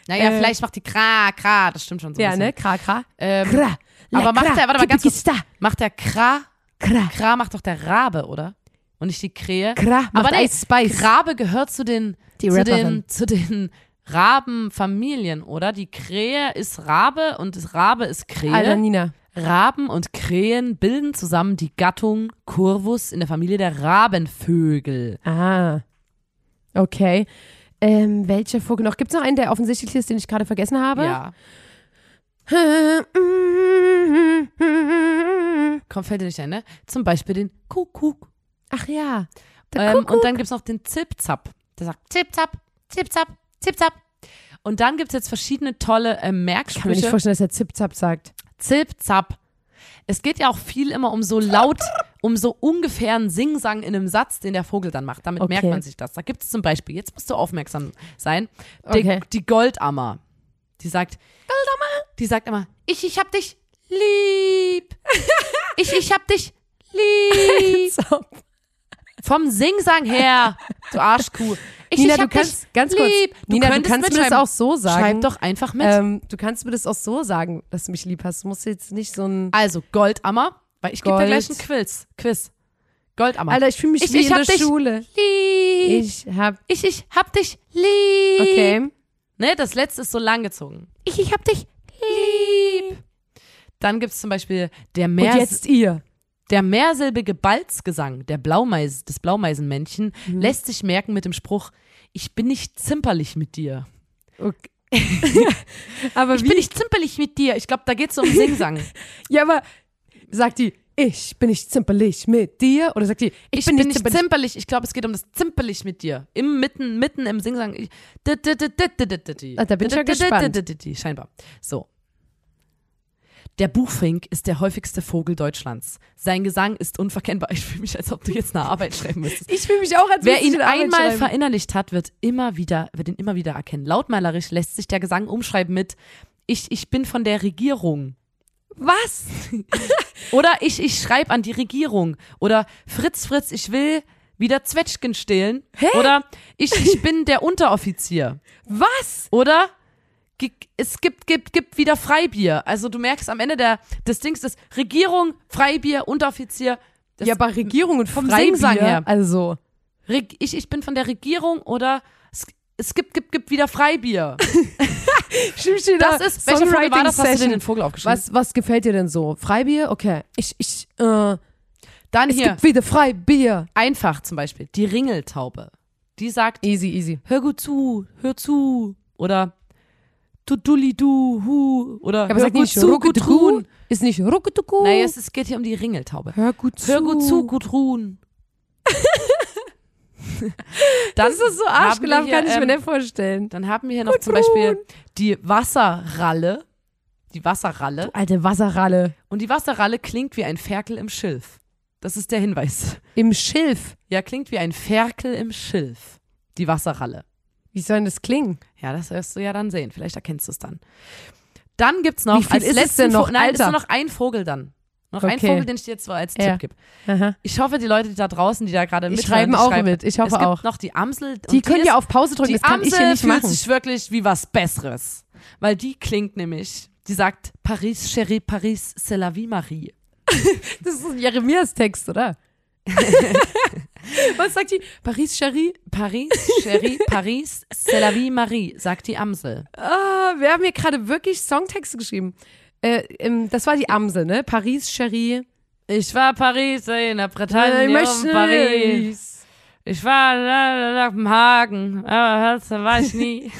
S2: Naja,
S1: Äh.
S2: vielleicht macht die Kra, Kra, das stimmt schon so ein
S1: Ja,
S2: bisschen.
S1: ne? Kra, kra.
S2: Ähm,
S1: Kra.
S2: aber macht der, warte mal ganz kurz,
S1: Kra.
S2: macht der Kra
S1: Kra.
S2: Kra macht doch der Rabe, oder? Und nicht die Krähe.
S1: Kra. Macht
S2: Aber nee,
S1: Ice Spice.
S2: Rabe gehört zu den,
S1: Die
S2: zu
S1: Rapperin.
S2: den, zu den Rabenfamilien, oder? Die Krähe ist Rabe und das Rabe ist Krähe.
S1: Alter, Nina.
S2: Raben und Krähen bilden zusammen die Gattung Curvus in der Familie der Rabenvögel.
S1: Ah. Okay. Ähm, welcher Vogel noch? Gibt es noch einen, der offensichtlich ist, den ich gerade vergessen habe?
S2: ja. Kommt, fällt dir nicht ein, ne? Zum Beispiel den Kuckuck.
S1: Ach ja. Der
S2: Ähm,
S1: Kuckuck.
S2: und dann gibt's noch den Zip-Zap. Der sagt Zip-Zap, Zip-Zap, Zip-Zap. Und dann gibt's jetzt verschiedene tolle äh,
S1: Ich kann mir nicht
S2: Merksprüche.
S1: vorstellen, dass er Zip-Zap sagt.
S2: Zip-Zap. Es geht ja auch viel immer um so laut, um so ungefähren Singsang in einem Satz, den der Vogel dann macht. Damit
S1: Okay.
S2: merkt man sich das. Da gibt's zum Beispiel, jetzt musst du aufmerksam sein, die,
S1: Okay.
S2: die Goldammer. Die sagt, Goldammer. Die sagt immer, ich, ich hab dich lieb. ich, ich hab dich lieb. Vom Singsang her, du Arschkuh. Ich,
S1: Nina,
S2: ich
S1: du
S2: hab
S1: kannst
S2: dich
S1: ganz kurz.
S2: lieb.
S1: Nina, du
S2: könntest
S1: kannst mir das
S2: mitschreiben.
S1: auch so sagen.
S2: Schreib doch einfach mit.
S1: Ähm, du kannst mir das auch so sagen, dass du mich lieb hast. Du musst jetzt nicht so ein.
S2: Also Goldammer, weil ich gebe dir
S1: Gold.
S2: gleich einen Quiz. Quiz. Goldammer.
S1: Alter, ich fühle mich
S2: Ich-
S1: wie
S2: ich
S1: in
S2: hab
S1: der
S2: dich-
S1: Schule.
S2: lieb.
S1: Ich hab.
S2: Ich, ich hab dich lieb.
S1: Okay.
S2: Ne, das letzte ist so langgezogen.
S1: Ich, ich hab dich lieb.
S2: Dann gibt's zum Beispiel der,
S1: Und
S2: Meer,
S1: jetzt ihr.
S2: der mehrsilbige Balzgesang der Blaumeis, des Blaumeisenmännchen
S1: Mhm.
S2: lässt sich merken mit dem Spruch, ich bin nicht zimperlich mit dir.
S1: Okay. aber
S2: Ich
S1: wie?
S2: bin nicht zimperlich mit dir. Ich glaube, da geht's um Singsang.
S1: Ja, aber sagt die, ich bin nicht zimperlich mit dir? Oder sagt die, ich,
S2: Ich, bin, nicht zimperlich. Ich glaube, es geht um das zimperlich mit dir. Im mitten mitten im Singsang. Ich- Da bin
S1: Ah, da bin ich ja gespannt.
S2: Scheinbar. So. Der Buchfink ist der häufigste Vogel Deutschlands. Sein Gesang ist unverkennbar. Ich fühle mich, als ob du jetzt eine Arbeit schreiben müsstest.
S1: Ich fühle mich auch, als
S2: Wer
S1: müsste ich
S2: ihn
S1: eine Arbeit
S2: einmal
S1: schreiben.
S2: verinnerlicht hat, wird immer wieder, wird ihn immer wieder erkennen. Lautmalerisch lässt sich der Gesang umschreiben mit Ich, ich bin von der Regierung.
S1: Was?
S2: Oder ich, ich schreibe an die Regierung. Oder Fritz, Fritz, ich will wieder Zwetschgen stehlen. Hä? Oder ich, ich bin der Unteroffizier.
S1: Was?
S2: Oder G- es gibt, gibt, gibt wieder Freibier. Also du merkst am Ende der, des Dings ist Regierung, Freibier, Unteroffizier. Das
S1: ja, aber Regierung und
S2: vom
S1: Freibier,
S2: Singsang her.
S1: Also.
S2: Reg ich, ich bin von der Regierung oder es, es gibt, gibt, gibt wieder Freibier. Das ist, welche Folge war das? Hast du denn den Vogel aufgeschrieben?
S1: was, was gefällt dir denn so? Freibier? Okay. Ich, ich, äh,
S2: Dann
S1: es
S2: hier,
S1: gibt wieder Freibier.
S2: einfach zum Beispiel, die Ringeltaube. Die sagt,
S1: Easy, easy.
S2: hör gut zu, hör zu. Oder du dulli du, hu. Oder
S1: Aber
S2: hör
S1: sag
S2: gut
S1: nicht
S2: zu, gut
S1: Ruckutruh.
S2: ruhen.
S1: Ist nicht Ruckutruh.
S2: Naja, es, es geht hier um die Ringeltaube.
S1: Hör gut zu.
S2: Hör gut zu, gut ruhen. Dann
S1: Das ist so
S2: haben wir
S1: arschgelaufen,
S2: hier,
S1: kann ich mir
S2: ähm,
S1: nicht vorstellen.
S2: Dann haben wir hier noch zum Beispiel die Wasserralle. Die Wasserralle.
S1: Alte Wasserralle.
S2: Und die Wasserralle klingt wie ein Ferkel im Schilf. Das ist der Hinweis.
S1: Im Schilf.
S2: Ja, klingt wie ein Ferkel im Schilf. Die Wasserralle.
S1: Wie soll denn das klingen?
S2: Ja, das wirst du ja dann sehen. Vielleicht erkennst du es dann. Dann gibt's noch
S1: Wie viel
S2: als
S1: ist es
S2: letzten
S1: denn noch,
S2: Vo- Nein, es ist
S1: Alter?
S2: nur noch ein Vogel dann. Noch ein
S1: Okay.
S2: Vogel, den ich dir jetzt so als
S1: Ja.
S2: Tipp gebe.
S1: Aha.
S2: Ich hoffe, die Leute, die da draußen, die da gerade
S1: Ich
S2: mit
S1: schreibe auch mit. Ich
S2: es
S1: hoffe
S2: gibt
S1: auch.
S2: noch die Amsel.
S1: Die
S2: und
S1: können
S2: ist-
S1: ja auf Pause drücken,
S2: Die
S1: das kann
S2: Amsel
S1: ich hier nicht
S2: fühlt
S1: machen.
S2: sich wirklich wie was Besseres. Weil die klingt nämlich, die sagt Paris, Chérie, Paris, C'est la vie, Marie.
S1: Das ist ein Jeremias-Text, oder? Was sagt die? Paris Cherie?
S2: Paris, Chérie, Paris, C'est la vie, Marie, sagt die Amsel.
S1: Ah, wir haben hier gerade wirklich Songtexte geschrieben. Äh, ähm, das war die Amsel, ne? Paris Cherie.
S2: Ich war Paris in der Bretagne, um Paris. Ich war in Kopenhagen, aber da war ich nie.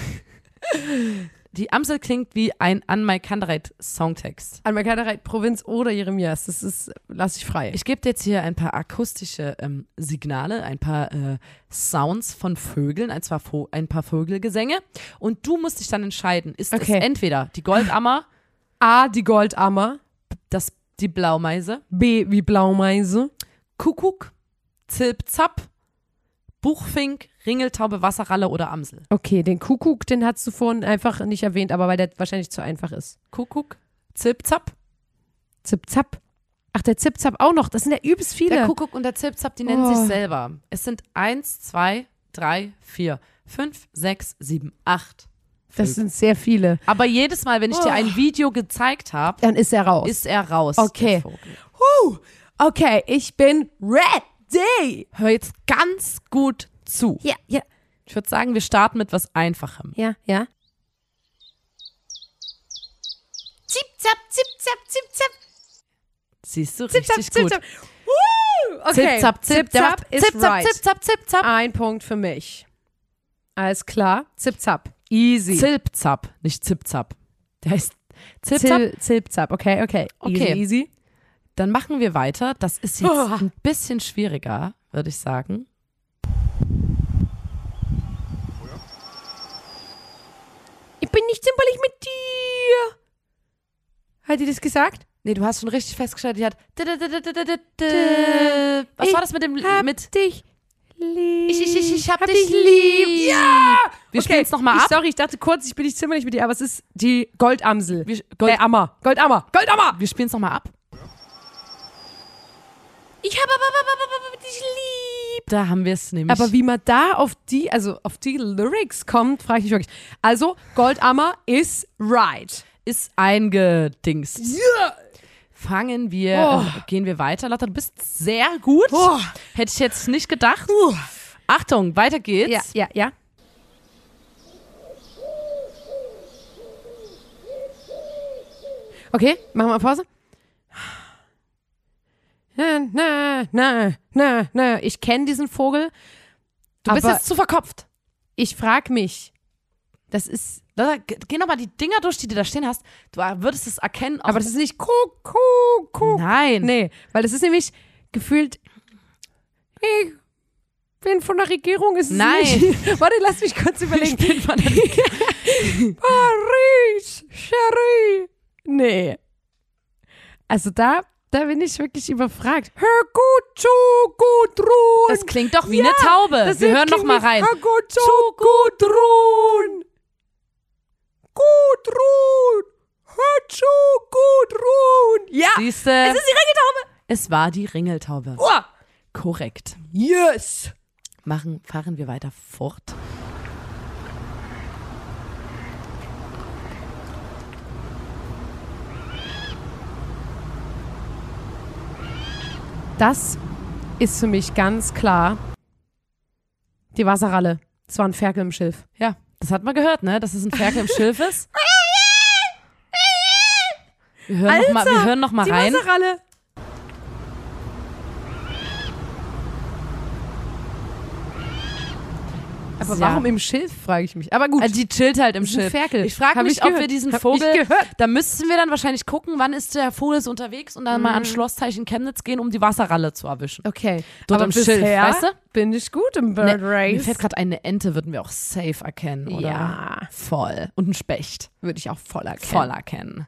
S2: Die Amsel klingt wie ein An My Kandereit Songtext.
S1: An Merkaderei, Provinz oder Jeremias. Das ist, lass ich frei.
S2: Ich gebe dir jetzt hier ein paar akustische ähm, Signale, ein paar äh, Sounds von Vögeln, ein, zwar Vo ein paar Vögelgesänge. Und du musst dich dann entscheiden, ist
S1: Okay.
S2: es entweder die Goldammer,
S1: A, die Goldammer.
S2: das, die Blaumeise,
S1: B, wie Blaumeise.
S2: Kuckuck, Zilp, Zapp, Buchfink, Ringeltaube, Wasserralle oder Amsel.
S1: Okay, den Kuckuck, den hast du vorhin einfach nicht erwähnt, aber weil der wahrscheinlich zu einfach ist.
S2: Kuckuck, Zilp, Zapp.
S1: Zip-Zap. Ach, der Zip-Zap auch noch. Das sind ja übelst viele.
S2: Der Kuckuck und der Zipzap, die nennen
S1: Oh.
S2: sich selber. Es sind eins, zwei, drei, vier, fünf, sechs, sieben, acht.
S1: das sind sehr viele.
S2: Aber jedes Mal, wenn ich
S1: Oh.
S2: dir ein Video gezeigt habe,
S1: Dann ist er raus.
S2: ist er raus.
S1: Okay.
S2: der Vogel.
S1: okay, ich bin ready.
S2: Hör jetzt ganz gut zu.
S1: Ja, ja,
S2: Ich würde sagen, wir starten mit was Einfachem.
S1: ja, ja. Zip, zap, zip, zap, zip, zap,
S2: Siehst du
S1: zip, zap,
S2: richtig
S1: zip,
S2: gut.
S1: zap. Woo! Okay.
S2: Zip, zap, zip,
S1: zip,
S2: zap,
S1: zap ist
S2: zip, zap,
S1: right. Ah,
S2: zip, zap, zip, zap.
S1: Ein Punkt für mich. Alles klar. Zip, zap. Easy.
S2: Zilp, zap, nicht zip, zap. Der heißt zip, zap.
S1: Zip, zip, zap. Okay, okay.
S2: Okay.
S1: Easy, easy.
S2: Dann machen wir weiter. Das ist jetzt
S1: Oh.
S2: ein bisschen schwieriger, würde ich sagen.
S1: Ich bin nicht zimperlich mit dir. Hat die das gesagt?
S2: Nee, du hast schon richtig festgestellt, die hat.
S1: Ich
S2: Was war das mit dem.
S1: hab
S2: Mit
S1: dich lieb.
S2: ich, ich, ich, ich hab dich lieb.
S1: Ja!
S2: wir spielen es nochmal
S1: ich,
S2: ab.
S1: Sorry, ich dachte kurz, ich bin nicht zimperlich mit dir, aber es ist die Goldamsel.
S2: Wir, Gold,
S1: äh, Ammer. Goldammer. Goldammer.
S2: wir spielen es nochmal ab.
S1: Ich habe aber dich lieb.
S2: Da haben wir es nämlich.
S1: Aber wie man da auf die, also auf die Lyrics kommt, frage ich mich wirklich. Also, Goldammer ist right.
S2: ist eingedingst. Fangen wir,
S1: Oh.
S2: äh, gehen wir weiter. Lotta, du bist sehr gut.
S1: Oh.
S2: Hätte ich jetzt nicht gedacht. Achtung, weiter geht's.
S1: Ja, ja, ja. Okay, machen wir Pause. Na, na, na, na, na. Ich kenne diesen Vogel.
S2: Du bist
S1: aber-
S2: jetzt zu verkopft.
S1: Ich frage mich, das ist,
S2: Lotta, g- geh nochmal die Dinger durch, die du da stehen hast. Du äh, würdest es erkennen.
S1: aber das ist nicht Kuckuck. Kuh.
S2: Nein.
S1: Nee, weil das ist nämlich gefühlt, ich bin von der Regierung, ist es
S2: Nein.
S1: nicht. Warte, lass mich kurz überlegen.
S2: Ich bin von der
S1: Paris, Cherie. Nee. Also da, da bin ich wirklich überfragt. Hör gut zu, Äh, Gudrun.
S2: Das klingt doch wie eine Taube.
S1: Das
S2: Wir
S1: klingt
S2: hören noch mal
S1: wie
S2: rein.
S1: Hör gut zu, Gudrun. Gudrun. Hör zu, Gudrun. Ja,
S2: Siehste,
S1: es ist die Ringeltaube.
S2: es war die Ringeltaube.
S1: Oh,
S2: Korrekt.
S1: yes.
S2: Machen, fahren wir weiter fort.
S1: Das ist für mich ganz klar die Wasserralle. Es war ein Ferkel im Schilf.
S2: Ja, das hat man gehört, ne? Dass es ein Ferkel im Schilf ist. Wir hören noch mal, wir hören noch mal
S1: die
S2: rein.
S1: Wasserralle. Aber
S2: Ja.
S1: warum im Schilf, frage ich mich. Aber gut,
S2: Also die chillt halt im
S1: ist ein
S2: Schilf.
S1: Ferkel.
S2: Ich frage
S1: Hab
S2: mich,
S1: ich
S2: ob
S1: gehört.
S2: wir diesen
S1: Hab ich
S2: Vogel,
S1: gehört.
S2: da müssten wir dann wahrscheinlich gucken, wann ist der Vogel so unterwegs und dann mal
S1: Mhm.
S2: ans Schlossteich in Chemnitz gehen, um die Wasserralle zu erwischen.
S1: okay.
S2: Dort
S1: Aber
S2: im
S1: bisher
S2: Schilf, weißt du?
S1: bin ich gut im Bird
S2: Ne, mir
S1: Race.
S2: fällt gerade eine Ente, würden wir auch safe erkennen, oder?
S1: Ja.
S2: Voll. Und ein Specht.
S1: würde ich auch voll erkennen.
S2: Voll erkennen.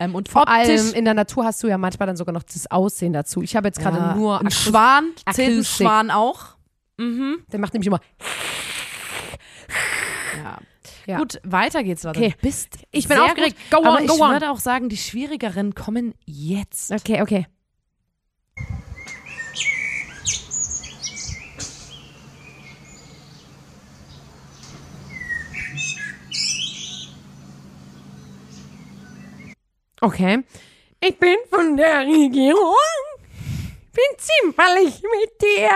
S2: Ähm, und
S1: Vor
S2: optisch,
S1: allem in der Natur hast du ja manchmal dann sogar noch das Aussehen dazu. Ich habe jetzt gerade
S2: ja,
S1: nur
S2: ein
S1: Akustik.
S2: Schwan, zählt ein
S1: Akustik.
S2: Schwan auch.
S1: Der macht nämlich immer
S2: Ja.
S1: Ja.
S2: Gut, weiter geht's, Leute.
S1: Okay.
S2: Bist
S1: Ich bin
S2: sehr
S1: aufgeregt.
S2: Gut.
S1: Go on,
S2: Aber ich
S1: go on.
S2: würde auch sagen, die schwierigeren kommen jetzt.
S1: Okay, okay. Okay. Ich bin von der Regierung. Bin zimperlich mit dir.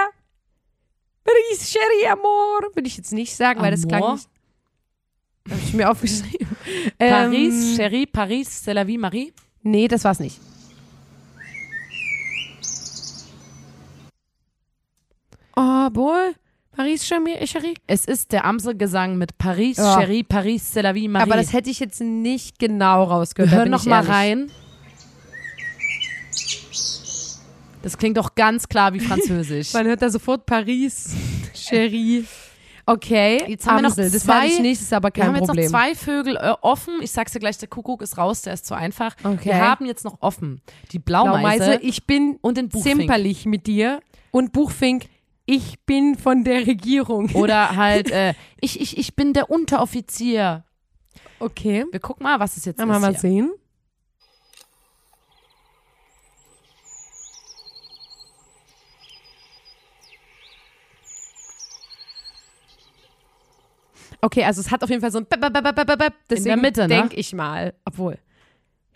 S1: Rischeri Amor. Würde ich jetzt nicht sagen, weil das klang
S2: Amor?
S1: nicht. Habe ich mir aufgeschrieben.
S2: Paris,
S1: Ähm,
S2: Cherie, Paris, C'est la vie, Marie.
S1: Nee, das war's nicht. Obwohl, Paris Charmier, Cherie.
S2: Es ist der Amselgesang mit Paris,
S1: Ja.
S2: Cherie, Paris, C'est la vie, Marie.
S1: Aber das hätte ich jetzt nicht genau rausgehört. da
S2: Hör
S1: bin
S2: noch
S1: ich
S2: mal
S1: ehrlich.
S2: rein. Das klingt doch ganz klar wie Französisch.
S1: Man hört da sofort Paris Cherie. Okay,
S2: Jetzt haben wir noch
S1: Amsel, das war
S2: zwei-
S1: ich nicht, ist aber
S2: Wir
S1: kein
S2: haben jetzt
S1: Problem.
S2: noch zwei Vögel äh, offen. Ich sag's dir gleich, der Kuckuck ist raus, der ist zu einfach.
S1: Okay.
S2: Wir haben jetzt noch offen die Blaumeise,
S1: Blaumeise, ich bin
S2: und den Buchfink.
S1: zimperlich mit dir. Und Buchfink, ich bin von der Regierung.
S2: Oder halt, äh, ich, ich, ich bin der Unteroffizier.
S1: Okay,
S2: Wir gucken mal, was es jetzt
S1: dann
S2: ist.
S1: mal mal
S2: hier.
S1: sehen. Okay, also es hat auf jeden Fall so ein Bäb, Bäb, Bäb, Bäb, Bäb, Bäb. Deswegen
S2: Mitte, ne?
S1: denke ich mal. Obwohl.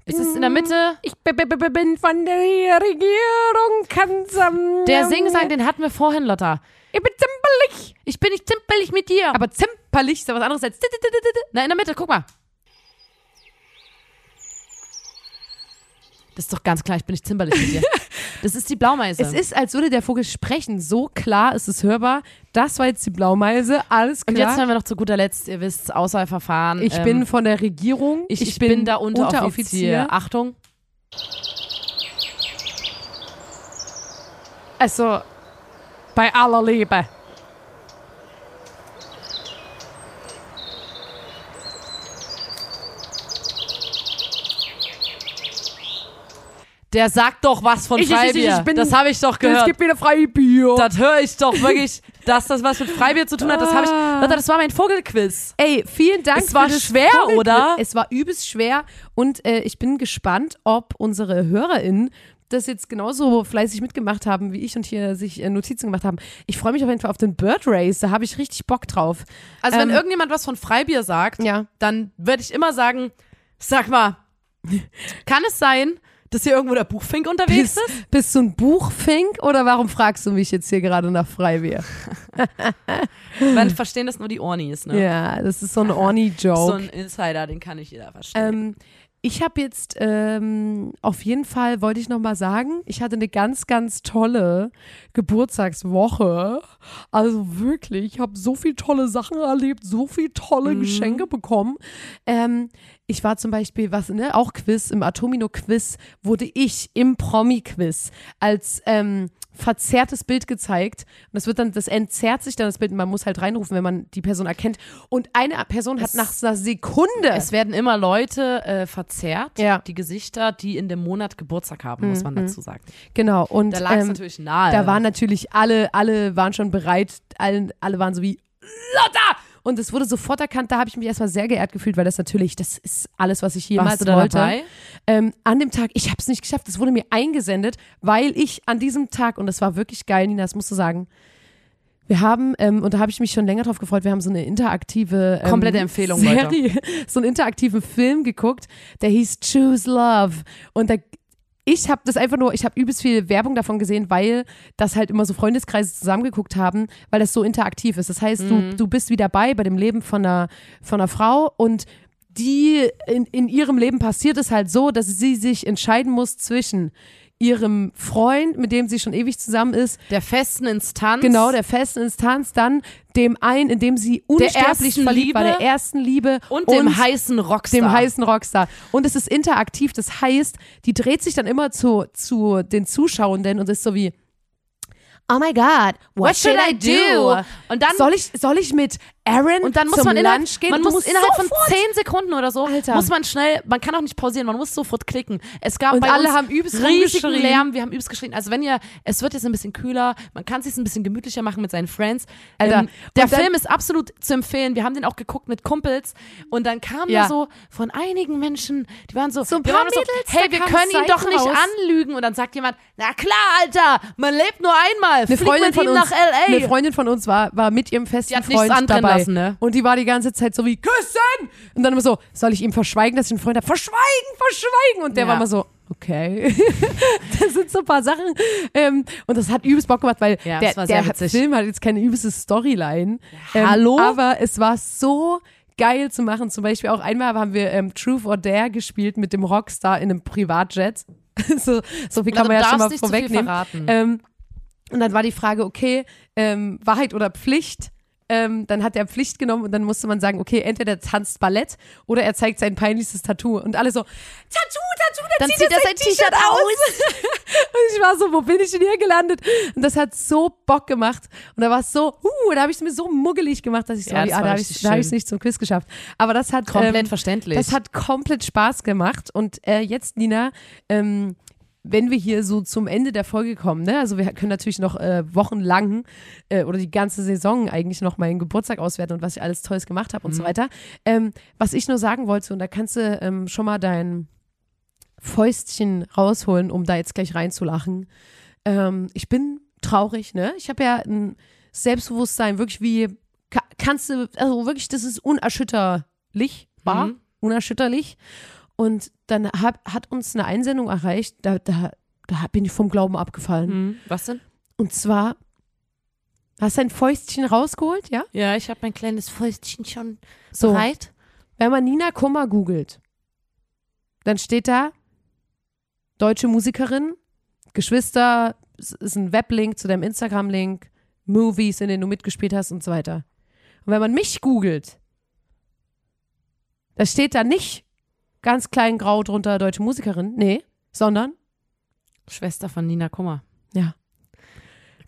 S2: Es ist in der Mitte.
S1: Ich b- b- b- bin von der Regierung Kansam.
S2: Der Singsang, den hatten wir vorhin, Lotta.
S1: Ich bin zimperlich.
S2: Ich bin nicht zimperlich mit dir.
S1: Aber zimperlich ist ja was anderes als. dit- dit- dit- dit- dit.
S2: Na, in der Mitte, guck mal. Das ist doch ganz klar, ich bin nicht zimperlich mit dir. Das ist die Blaumeise.
S1: Es ist, als würde der Vogel sprechen. So klar ist es hörbar. Das war jetzt die Blaumeise. Alles
S2: Und jetzt
S1: klar.
S2: hören wir noch zu guter Letzt, ihr wisst, Auswahlverfahren.
S1: ich
S2: ähm,
S1: bin von der Regierung.
S2: ich, ich bin, da Unteroffizier. Achtung.
S1: Also, bei aller Liebe.
S2: Der sagt doch was von
S1: Ich- ich- ich- ich
S2: Freibier.
S1: bin-
S2: das habe ich doch
S1: Es
S2: gehört.
S1: gibt wieder freie Bier.
S2: Das höre ich doch wirklich, dass das was mit Freibier zu tun hat. Das habe ich. Leute, das war mein Vogelquiz.
S1: Ey, vielen Dank.
S2: Es war
S1: für das
S2: schwer,
S1: Vogelquiz.
S2: oder?
S1: Es war übelst schwer und äh, ich bin gespannt, ob unsere HörerInnen das jetzt genauso fleißig mitgemacht haben wie ich und hier sich äh, Notizen gemacht haben. Ich freue mich auf jeden Fall auf den Bird Race, da habe ich richtig Bock drauf.
S2: Also wenn
S1: Ähm,
S2: irgendjemand was von Freibier sagt,
S1: Ja.
S2: dann würde ich immer sagen, sag mal, kann es sein, dass hier irgendwo der Buchfink unterwegs
S1: Bist,
S2: ist?
S1: bist du ein Buchfink oder warum fragst du mich jetzt hier gerade nach Freibier?
S2: Weil verstehen das nur die Ornis, ne?
S1: Ja, das ist so ein Orny-Joke.
S2: So ein Insider, den kann nicht jeder verstehen.
S1: Ähm, ich habe jetzt ähm, auf jeden Fall wollte ich noch mal sagen, ich hatte eine ganz ganz tolle Geburtstagswoche. Also wirklich, ich habe so viel tolle Sachen erlebt, so viel tolle
S2: Mhm.
S1: Geschenke bekommen. Ähm, ich war zum Beispiel was ne auch Quiz im Atomino Quiz wurde ich im Promi Quiz als ähm, verzerrtes Bild gezeigt. Und das wird dann, das entzerrt sich dann das Bild und man muss halt reinrufen, wenn man die Person erkennt. Und eine Person hat
S2: Es-
S1: nach einer Sekunde.
S2: Es werden immer Leute äh, verzerrt,
S1: Ja.
S2: die Gesichter, die in dem Monat Geburtstag haben, muss man dazu sagen.
S1: genau. Und
S2: Da lag es
S1: ähm,
S2: natürlich nahe.
S1: da waren natürlich alle, alle waren schon bereit, allen, alle waren so wie Lotta! Und es wurde sofort erkannt, da habe ich mich erstmal sehr geehrt gefühlt, weil das natürlich, das ist alles, was ich jemals
S2: Warst du da
S1: wollte.
S2: dabei?
S1: Ähm, an dem Tag, ich habe es nicht geschafft, es wurde mir eingesendet, weil ich an diesem Tag, und das war wirklich geil, Nina, das musst du sagen, wir haben, ähm, und da habe ich mich schon länger drauf gefreut, wir haben so eine interaktive ähm,
S2: Komplette Empfehlung, Leute.
S1: Serie, so einen interaktiven Film geguckt, der hieß Choose Love. Und da ich habe das einfach nur, ich habe übelst viel Werbung davon gesehen, weil das halt immer so Freundeskreise zusammengeguckt haben, weil das so interaktiv ist. Das heißt,
S2: Mhm.
S1: du, du bist wie dabei bei dem Leben von einer, von einer Frau und die in, in ihrem Leben passiert es halt so, dass sie sich entscheiden muss zwischen ihrem Freund, mit dem sie schon ewig zusammen ist,
S2: Der festen Instanz.
S1: genau der festen Instanz, dann dem einen, in dem sie unsterblich
S2: ersten
S1: verliebt war,
S2: Liebe
S1: der ersten Liebe
S2: Und dem heißen Rockstar.
S1: dem heißen Rockstar. Und es ist interaktiv, das heißt, die dreht sich dann immer zu, zu den Zuschauenden und ist so wie, oh my God, what,
S2: What should I do? Und dann
S1: soll, ich, soll ich mit Aaron
S2: und dann muss
S1: zum
S2: man innerhalb,
S1: Lunch gehen?
S2: man
S1: Du
S2: muss
S1: musst
S2: innerhalb von
S1: sofort-
S2: 10 Sekunden oder so,
S1: Alter.
S2: muss man schnell, man kann auch nicht pausieren, man muss sofort klicken. Es gab
S1: Und
S2: bei
S1: alle
S2: uns
S1: haben übelst
S2: riesigen
S1: rumgeschrien.
S2: Lärm, wir haben übelst geschrien. Also wenn ihr, es wird jetzt ein bisschen kühler, man kann es sich ein bisschen gemütlicher machen mit seinen Friends.
S1: Alter,
S2: Ähm, der
S1: und dann-
S2: Film ist absolut zu empfehlen. Wir haben den auch geguckt mit Kumpels und dann kam
S1: Ja.
S2: da so von einigen Menschen, die waren so,
S1: So ein
S2: wir
S1: paar
S2: waren so
S1: Mädels,
S2: hey,
S1: da
S2: wir
S1: kamen
S2: können ihn
S1: Seiten
S2: doch nicht
S1: raus.
S2: anlügen. Und dann sagt jemand, na klar, Alter, man lebt nur einmal.
S1: Eine Freundin,
S2: mit
S1: von
S2: ihm
S1: uns,
S2: nach LA.
S1: eine Freundin von uns war, war mit ihrem festen
S2: Die hat nichts
S1: Freund
S2: anbrennen
S1: dabei.
S2: lassen, ne?
S1: Und die war die ganze Zeit so wie, küssen! Und dann immer so, soll ich ihm verschweigen, dass ich einen Freund habe? Verschweigen, verschweigen! Und der
S2: Ja.
S1: war immer so, okay. das sind so ein paar Sachen. Ähm, und das hat übelst Bock gemacht, weil
S2: Ja,
S1: der,
S2: es war sehr
S1: der
S2: witzig.
S1: Film hat jetzt keine übelste Storyline. Ähm,
S2: hallo?
S1: Aber es war so geil zu machen. Zum Beispiel auch einmal haben wir ähm, Truth or Dare gespielt mit dem Rockstar in einem Privatjet. so, so viel kann
S2: Aber
S1: man
S2: du
S1: ja schon
S2: Also darfst
S1: mal
S2: nicht zu viel
S1: vorwegnehmen.
S2: verraten.
S1: Ähm, und dann war die Frage, okay, ähm, Wahrheit oder Pflicht? Ähm, dann hat er Pflicht genommen und dann musste man sagen, okay, entweder er tanzt Ballett oder er zeigt sein peinlichstes Tattoo. Und alle so, Tattoo, Tattoo, dann,
S2: Dann zieht er sein T-Shirt aus.
S1: Und ich war so, wo bin ich denn hier gelandet? Und das hat so Bock gemacht. Und da war es so, uh, da habe ich es mir so muggelig gemacht, dass ich so,
S2: Ja,
S1: ah,
S2: das war
S1: da habe ich
S2: richtig
S1: da hab ich's
S2: schön.
S1: nicht zum Quiz geschafft. Aber das hat
S2: Komplett
S1: ähm,
S2: verständlich.
S1: das hat komplett Spaß gemacht. Und äh, jetzt, Nina, ähm, wenn wir hier so zum Ende der Folge kommen, ne? also wir können natürlich noch äh, wochenlang äh, oder die ganze Saison eigentlich noch meinen Geburtstag auswerten und was ich alles Tolles gemacht habe und so weiter. Ähm, was ich nur sagen wollte, und da kannst du ähm, schon mal dein Fäustchen rausholen, um da jetzt gleich reinzulachen. Ähm, ich bin traurig, ne? Ich habe ja ein Selbstbewusstsein, wirklich wie, ka kannst du, also wirklich, das ist unerschütterlich, war,
S2: Mhm.
S1: unerschütterlich. Und dann hab, hat uns eine Einsendung erreicht, da, da, da bin ich vom Glauben abgefallen.
S2: Mhm. Was denn?
S1: Und zwar, hast du ein Fäustchen rausgeholt, ja?
S2: Ja, ich habe mein kleines Fäustchen schon
S1: So,
S2: bereit.
S1: wenn man Nina Kummer googelt, dann steht da deutsche Musikerin, Geschwister, es ist ein Weblink zu deinem Instagram-Link, Movies, in denen du mitgespielt hast und so weiter. Und wenn man mich googelt, da steht da nicht ganz klein grau drunter deutsche Musikerin, nee, sondern
S2: Schwester von Nina Kummer.
S1: Ja.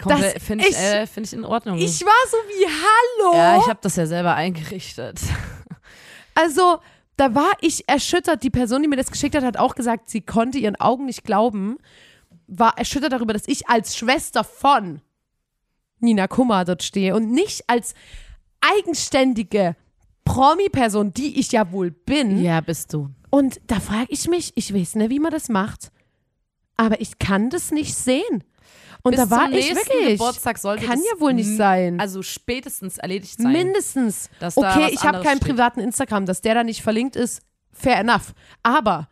S2: Komplett,
S1: Das-
S2: finde ich,
S1: ich-
S2: äh, find ich in Ordnung.
S1: ich war so wie Hallo.
S2: ja, ich habe das ja selber eingerichtet.
S1: Also, da war ich erschüttert. Die Person, die mir das geschickt hat, hat auch gesagt, sie konnte ihren Augen nicht glauben. War erschüttert darüber, dass ich als Schwester von Nina Kummer dort stehe und nicht als eigenständige Promi-Person, die ich ja wohl bin.
S2: Ja, bist du.
S1: Und da frage ich mich, ich weiß nicht, wie man das macht, aber ich kann das nicht sehen. Und
S2: Bis
S1: da war
S2: zum
S1: ich
S2: nächsten
S1: wirklich.
S2: Geburtstag sollte
S1: Kann
S2: das
S1: ja wohl nicht
S2: m-
S1: sein.
S2: Also spätestens erledigt sein.
S1: Mindestens.
S2: dass da
S1: Okay,
S2: was
S1: ich habe
S2: anderes
S1: keinen
S2: steht.
S1: privaten Instagram, dass der da nicht verlinkt ist, fair enough. Aber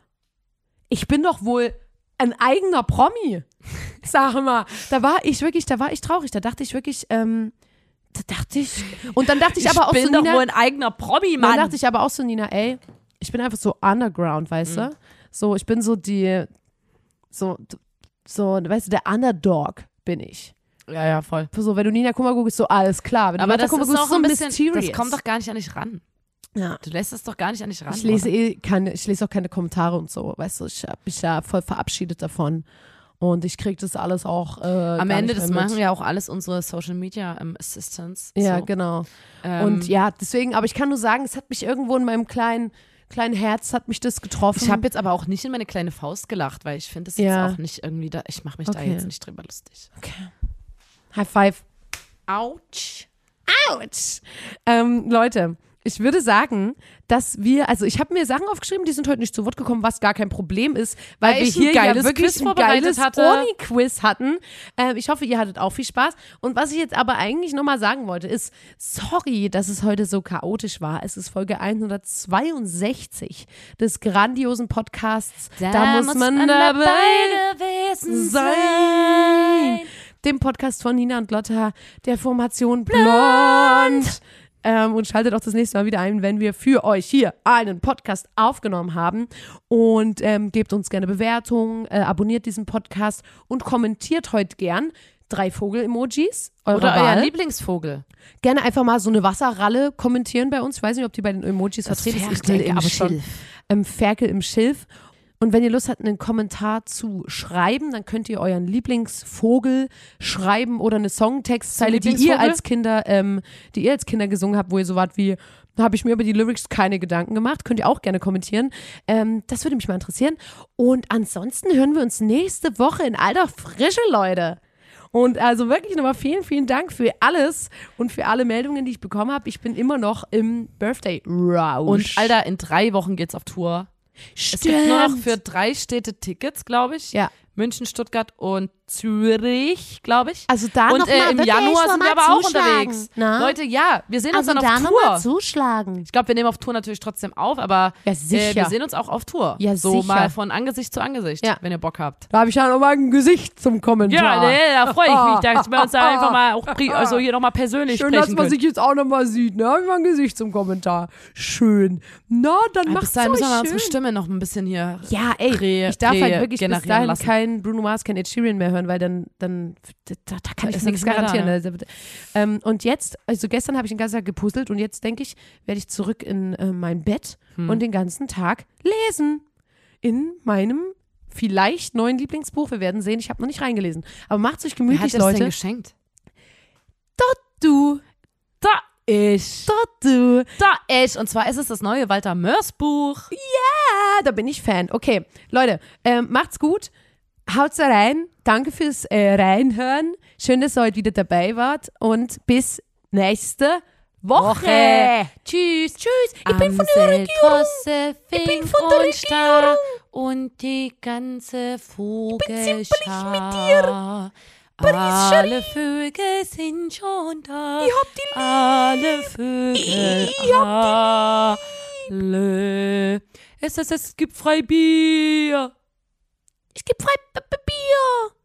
S1: ich bin doch wohl ein eigener Promi. Sag mal, da war ich wirklich, da war ich traurig. Da dachte ich wirklich, ähm, da dachte ich. Und dann dachte ich,
S2: ich
S1: aber auch
S2: bin
S1: so,
S2: doch
S1: Nina,
S2: wohl ein eigener Promi,
S1: dann
S2: Mann.
S1: dachte ich aber auch so, Nina, ey, ich bin einfach so underground, weißt
S2: Mhm.
S1: du? So, ich bin so die, so, so, weißt du, der Underdog bin ich.
S2: ja, ja, voll.
S1: So, wenn du Nina Kummer guckst, so alles klar. Wenn du
S2: Aber
S1: Lotta
S2: das
S1: Kummer
S2: ist
S1: guckst,
S2: auch ein bisschen,
S1: mysterious.
S2: das kommt doch gar nicht an dich ran.
S1: Ja.
S2: Du lässt das doch gar nicht an dich ran.
S1: Ich lese eh keine, ich lese auch keine Kommentare und so, weißt du, ich habe mich da voll verabschiedet davon. Und ich krieg das alles auch. Äh,
S2: Am
S1: gar
S2: Ende,
S1: nicht
S2: das
S1: mehr
S2: machen
S1: mit.
S2: ja auch alles unsere Social Media ähm, Assistants.
S1: Ja,
S2: so.
S1: genau.
S2: Ähm,
S1: und ja, deswegen, aber ich kann nur sagen, es hat mich irgendwo in meinem kleinen, kleinen Herz hat mich das getroffen.
S2: Ich habe jetzt aber auch nicht in meine kleine Faust gelacht, weil ich finde es jetzt
S1: Ja.
S2: auch nicht irgendwie da. Ich mache mich da
S1: Okay.
S2: jetzt nicht drüber lustig.
S1: okay. High five.
S2: Autsch.
S1: Autsch. Ähm, Leute, ich würde sagen, dass wir, also ich habe mir Sachen aufgeschrieben, die sind heute nicht zu Wort gekommen, was gar kein Problem ist, weil,
S2: Weil
S1: wir
S2: ich ein
S1: hier
S2: geiles
S1: ja wirklich
S2: Quiz
S1: ein
S2: vorbereitet
S1: geiles
S2: hatte.
S1: Uni-Quiz hatten. Ähm, ich hoffe, ihr hattet auch viel Spaß. Und was ich jetzt aber eigentlich nochmal sagen wollte, ist, sorry, dass es heute so chaotisch war. Es ist Folge 162 des grandiosen Podcasts. Da, muss man, dabei
S2: gewesen
S1: sein. Dem Podcast von Nina und Lotta, der Formation Blond. Ähm, und schaltet auch das nächste Mal wieder ein, wenn wir für euch hier einen Podcast aufgenommen haben. Und ähm, gebt uns gerne Bewertungen, äh, abonniert diesen Podcast und kommentiert heute gern drei Vogel-Emojis. eurer
S2: Oder
S1: Wahl.
S2: euer Lieblingsvogel.
S1: Gerne einfach mal so eine Wasserralle kommentieren bei uns. Ich weiß nicht, ob die bei den Emojis vertreten ist. Ich
S2: Ferkel
S1: denke
S2: im
S1: aber schon.
S2: Schilf.
S1: Ähm, Ferkel im Schilf. Und wenn ihr Lust habt, einen Kommentar zu schreiben, dann könnt ihr euren Lieblingsvogel schreiben oder eine Songtextzeile, die ihr
S2: Lieblingsvogel?
S1: als Kinder, ähm, die ihr als Kinder gesungen habt, wo ihr so wart wie, da habe ich mir über die Lyrics keine Gedanken gemacht. Könnt ihr auch gerne kommentieren. Ähm, das würde mich mal interessieren. Und ansonsten hören wir uns nächste Woche in alter Frische, Leute. Und also wirklich nochmal vielen, vielen Dank für alles und für alle Meldungen, die ich bekommen habe. Ich bin immer noch im Birthday
S2: Und
S1: Rausch.
S2: Alter, in drei Wochen geht's auf Tour. Es
S1: Stimmt.
S2: gibt nur noch für drei Städte Tickets, glaube ich.
S1: Ja.
S2: München, Stuttgart und Zürich, glaube ich.
S1: Also da
S2: und
S1: noch
S2: äh,
S1: mal
S2: im
S1: wirklich
S2: Januar
S1: noch
S2: sind wir
S1: mal
S2: aber auch
S1: zuschlagen, Also
S2: unterwegs.
S1: ne?
S2: Leute, ja, wir sehen uns dann auf Tour.
S1: nochmal zuschlagen.
S2: Ich glaube, wir nehmen auf Tour natürlich trotzdem auf, aber
S1: Ja,
S2: äh, wir
S1: sicher.
S2: sehen uns auch auf Tour.
S1: Ja,
S2: so
S1: sicher.
S2: mal von Angesicht zu Angesicht,
S1: Ja.
S2: wenn ihr Bock habt.
S1: Da habe ich ja nochmal ein Gesicht zum
S2: Ja, ne?
S1: Kommentar.
S2: nee, da freue ich mich, dass wir uns da einfach mal auch pri- also hier nochmal persönlich
S1: Schön, dass
S2: sprechen
S1: man
S2: können.
S1: sich jetzt auch nochmal sieht. Ne? Hab ich mal ein Gesicht zum Kommentar. Schön. Na, dann
S2: Ja,
S1: macht's
S2: bis dahin müssen wir mal
S1: euch
S2: unsere
S1: schön.
S2: Stimme noch ein bisschen hier.
S1: Ja, ey,
S2: Re-
S1: ich darf
S2: re-
S1: halt wirklich bis
S2: generieren
S1: dahin
S2: lassen.
S1: kein Bruno Mars, kein Ed Sheeran mehr hören, weil dann, dann da, da kann ich
S2: ist
S1: nichts
S2: nichts mehr da,
S1: garantieren.
S2: ne?
S1: also, ähm, und jetzt, also gestern habe ich den ganzen Tag gepuzzelt und jetzt denke ich, werde ich zurück in äh, mein Bett
S2: Hm.
S1: und den ganzen Tag lesen. In meinem vielleicht neuen Lieblingsbuch. Wir werden sehen, ich habe noch nicht reingelesen. Aber macht's euch
S2: Wer hat
S1: gemütlich,
S2: dir das denn
S1: Leute.
S2: geschenkt?
S1: Du,
S2: Da ich.
S1: dort du.
S2: Da ich. Und zwar ist es das neue Walter Mörs Buch.
S1: Ah, da bin ich Fan. Okay, Leute, ähm, macht's gut. Haut's rein. Danke fürs äh, Reinhören. Schön, dass ihr heute wieder dabei wart. Und bis nächste Woche.
S2: Woche.
S1: Tschüss. Tschüss. Ich bin von der
S2: Amsel,
S1: Regierung.
S2: Drosselfing
S1: Ich bin von der
S2: und Star Und die ganze Vogelschar. Ich bin mit dir. Alle Vögel sind schon da. Ich
S1: hab die lieb.
S2: Alle Vögel. Ich hab die lieb. Es, es, es gibt Freibier.
S1: Es gibt frei B- B- Bier.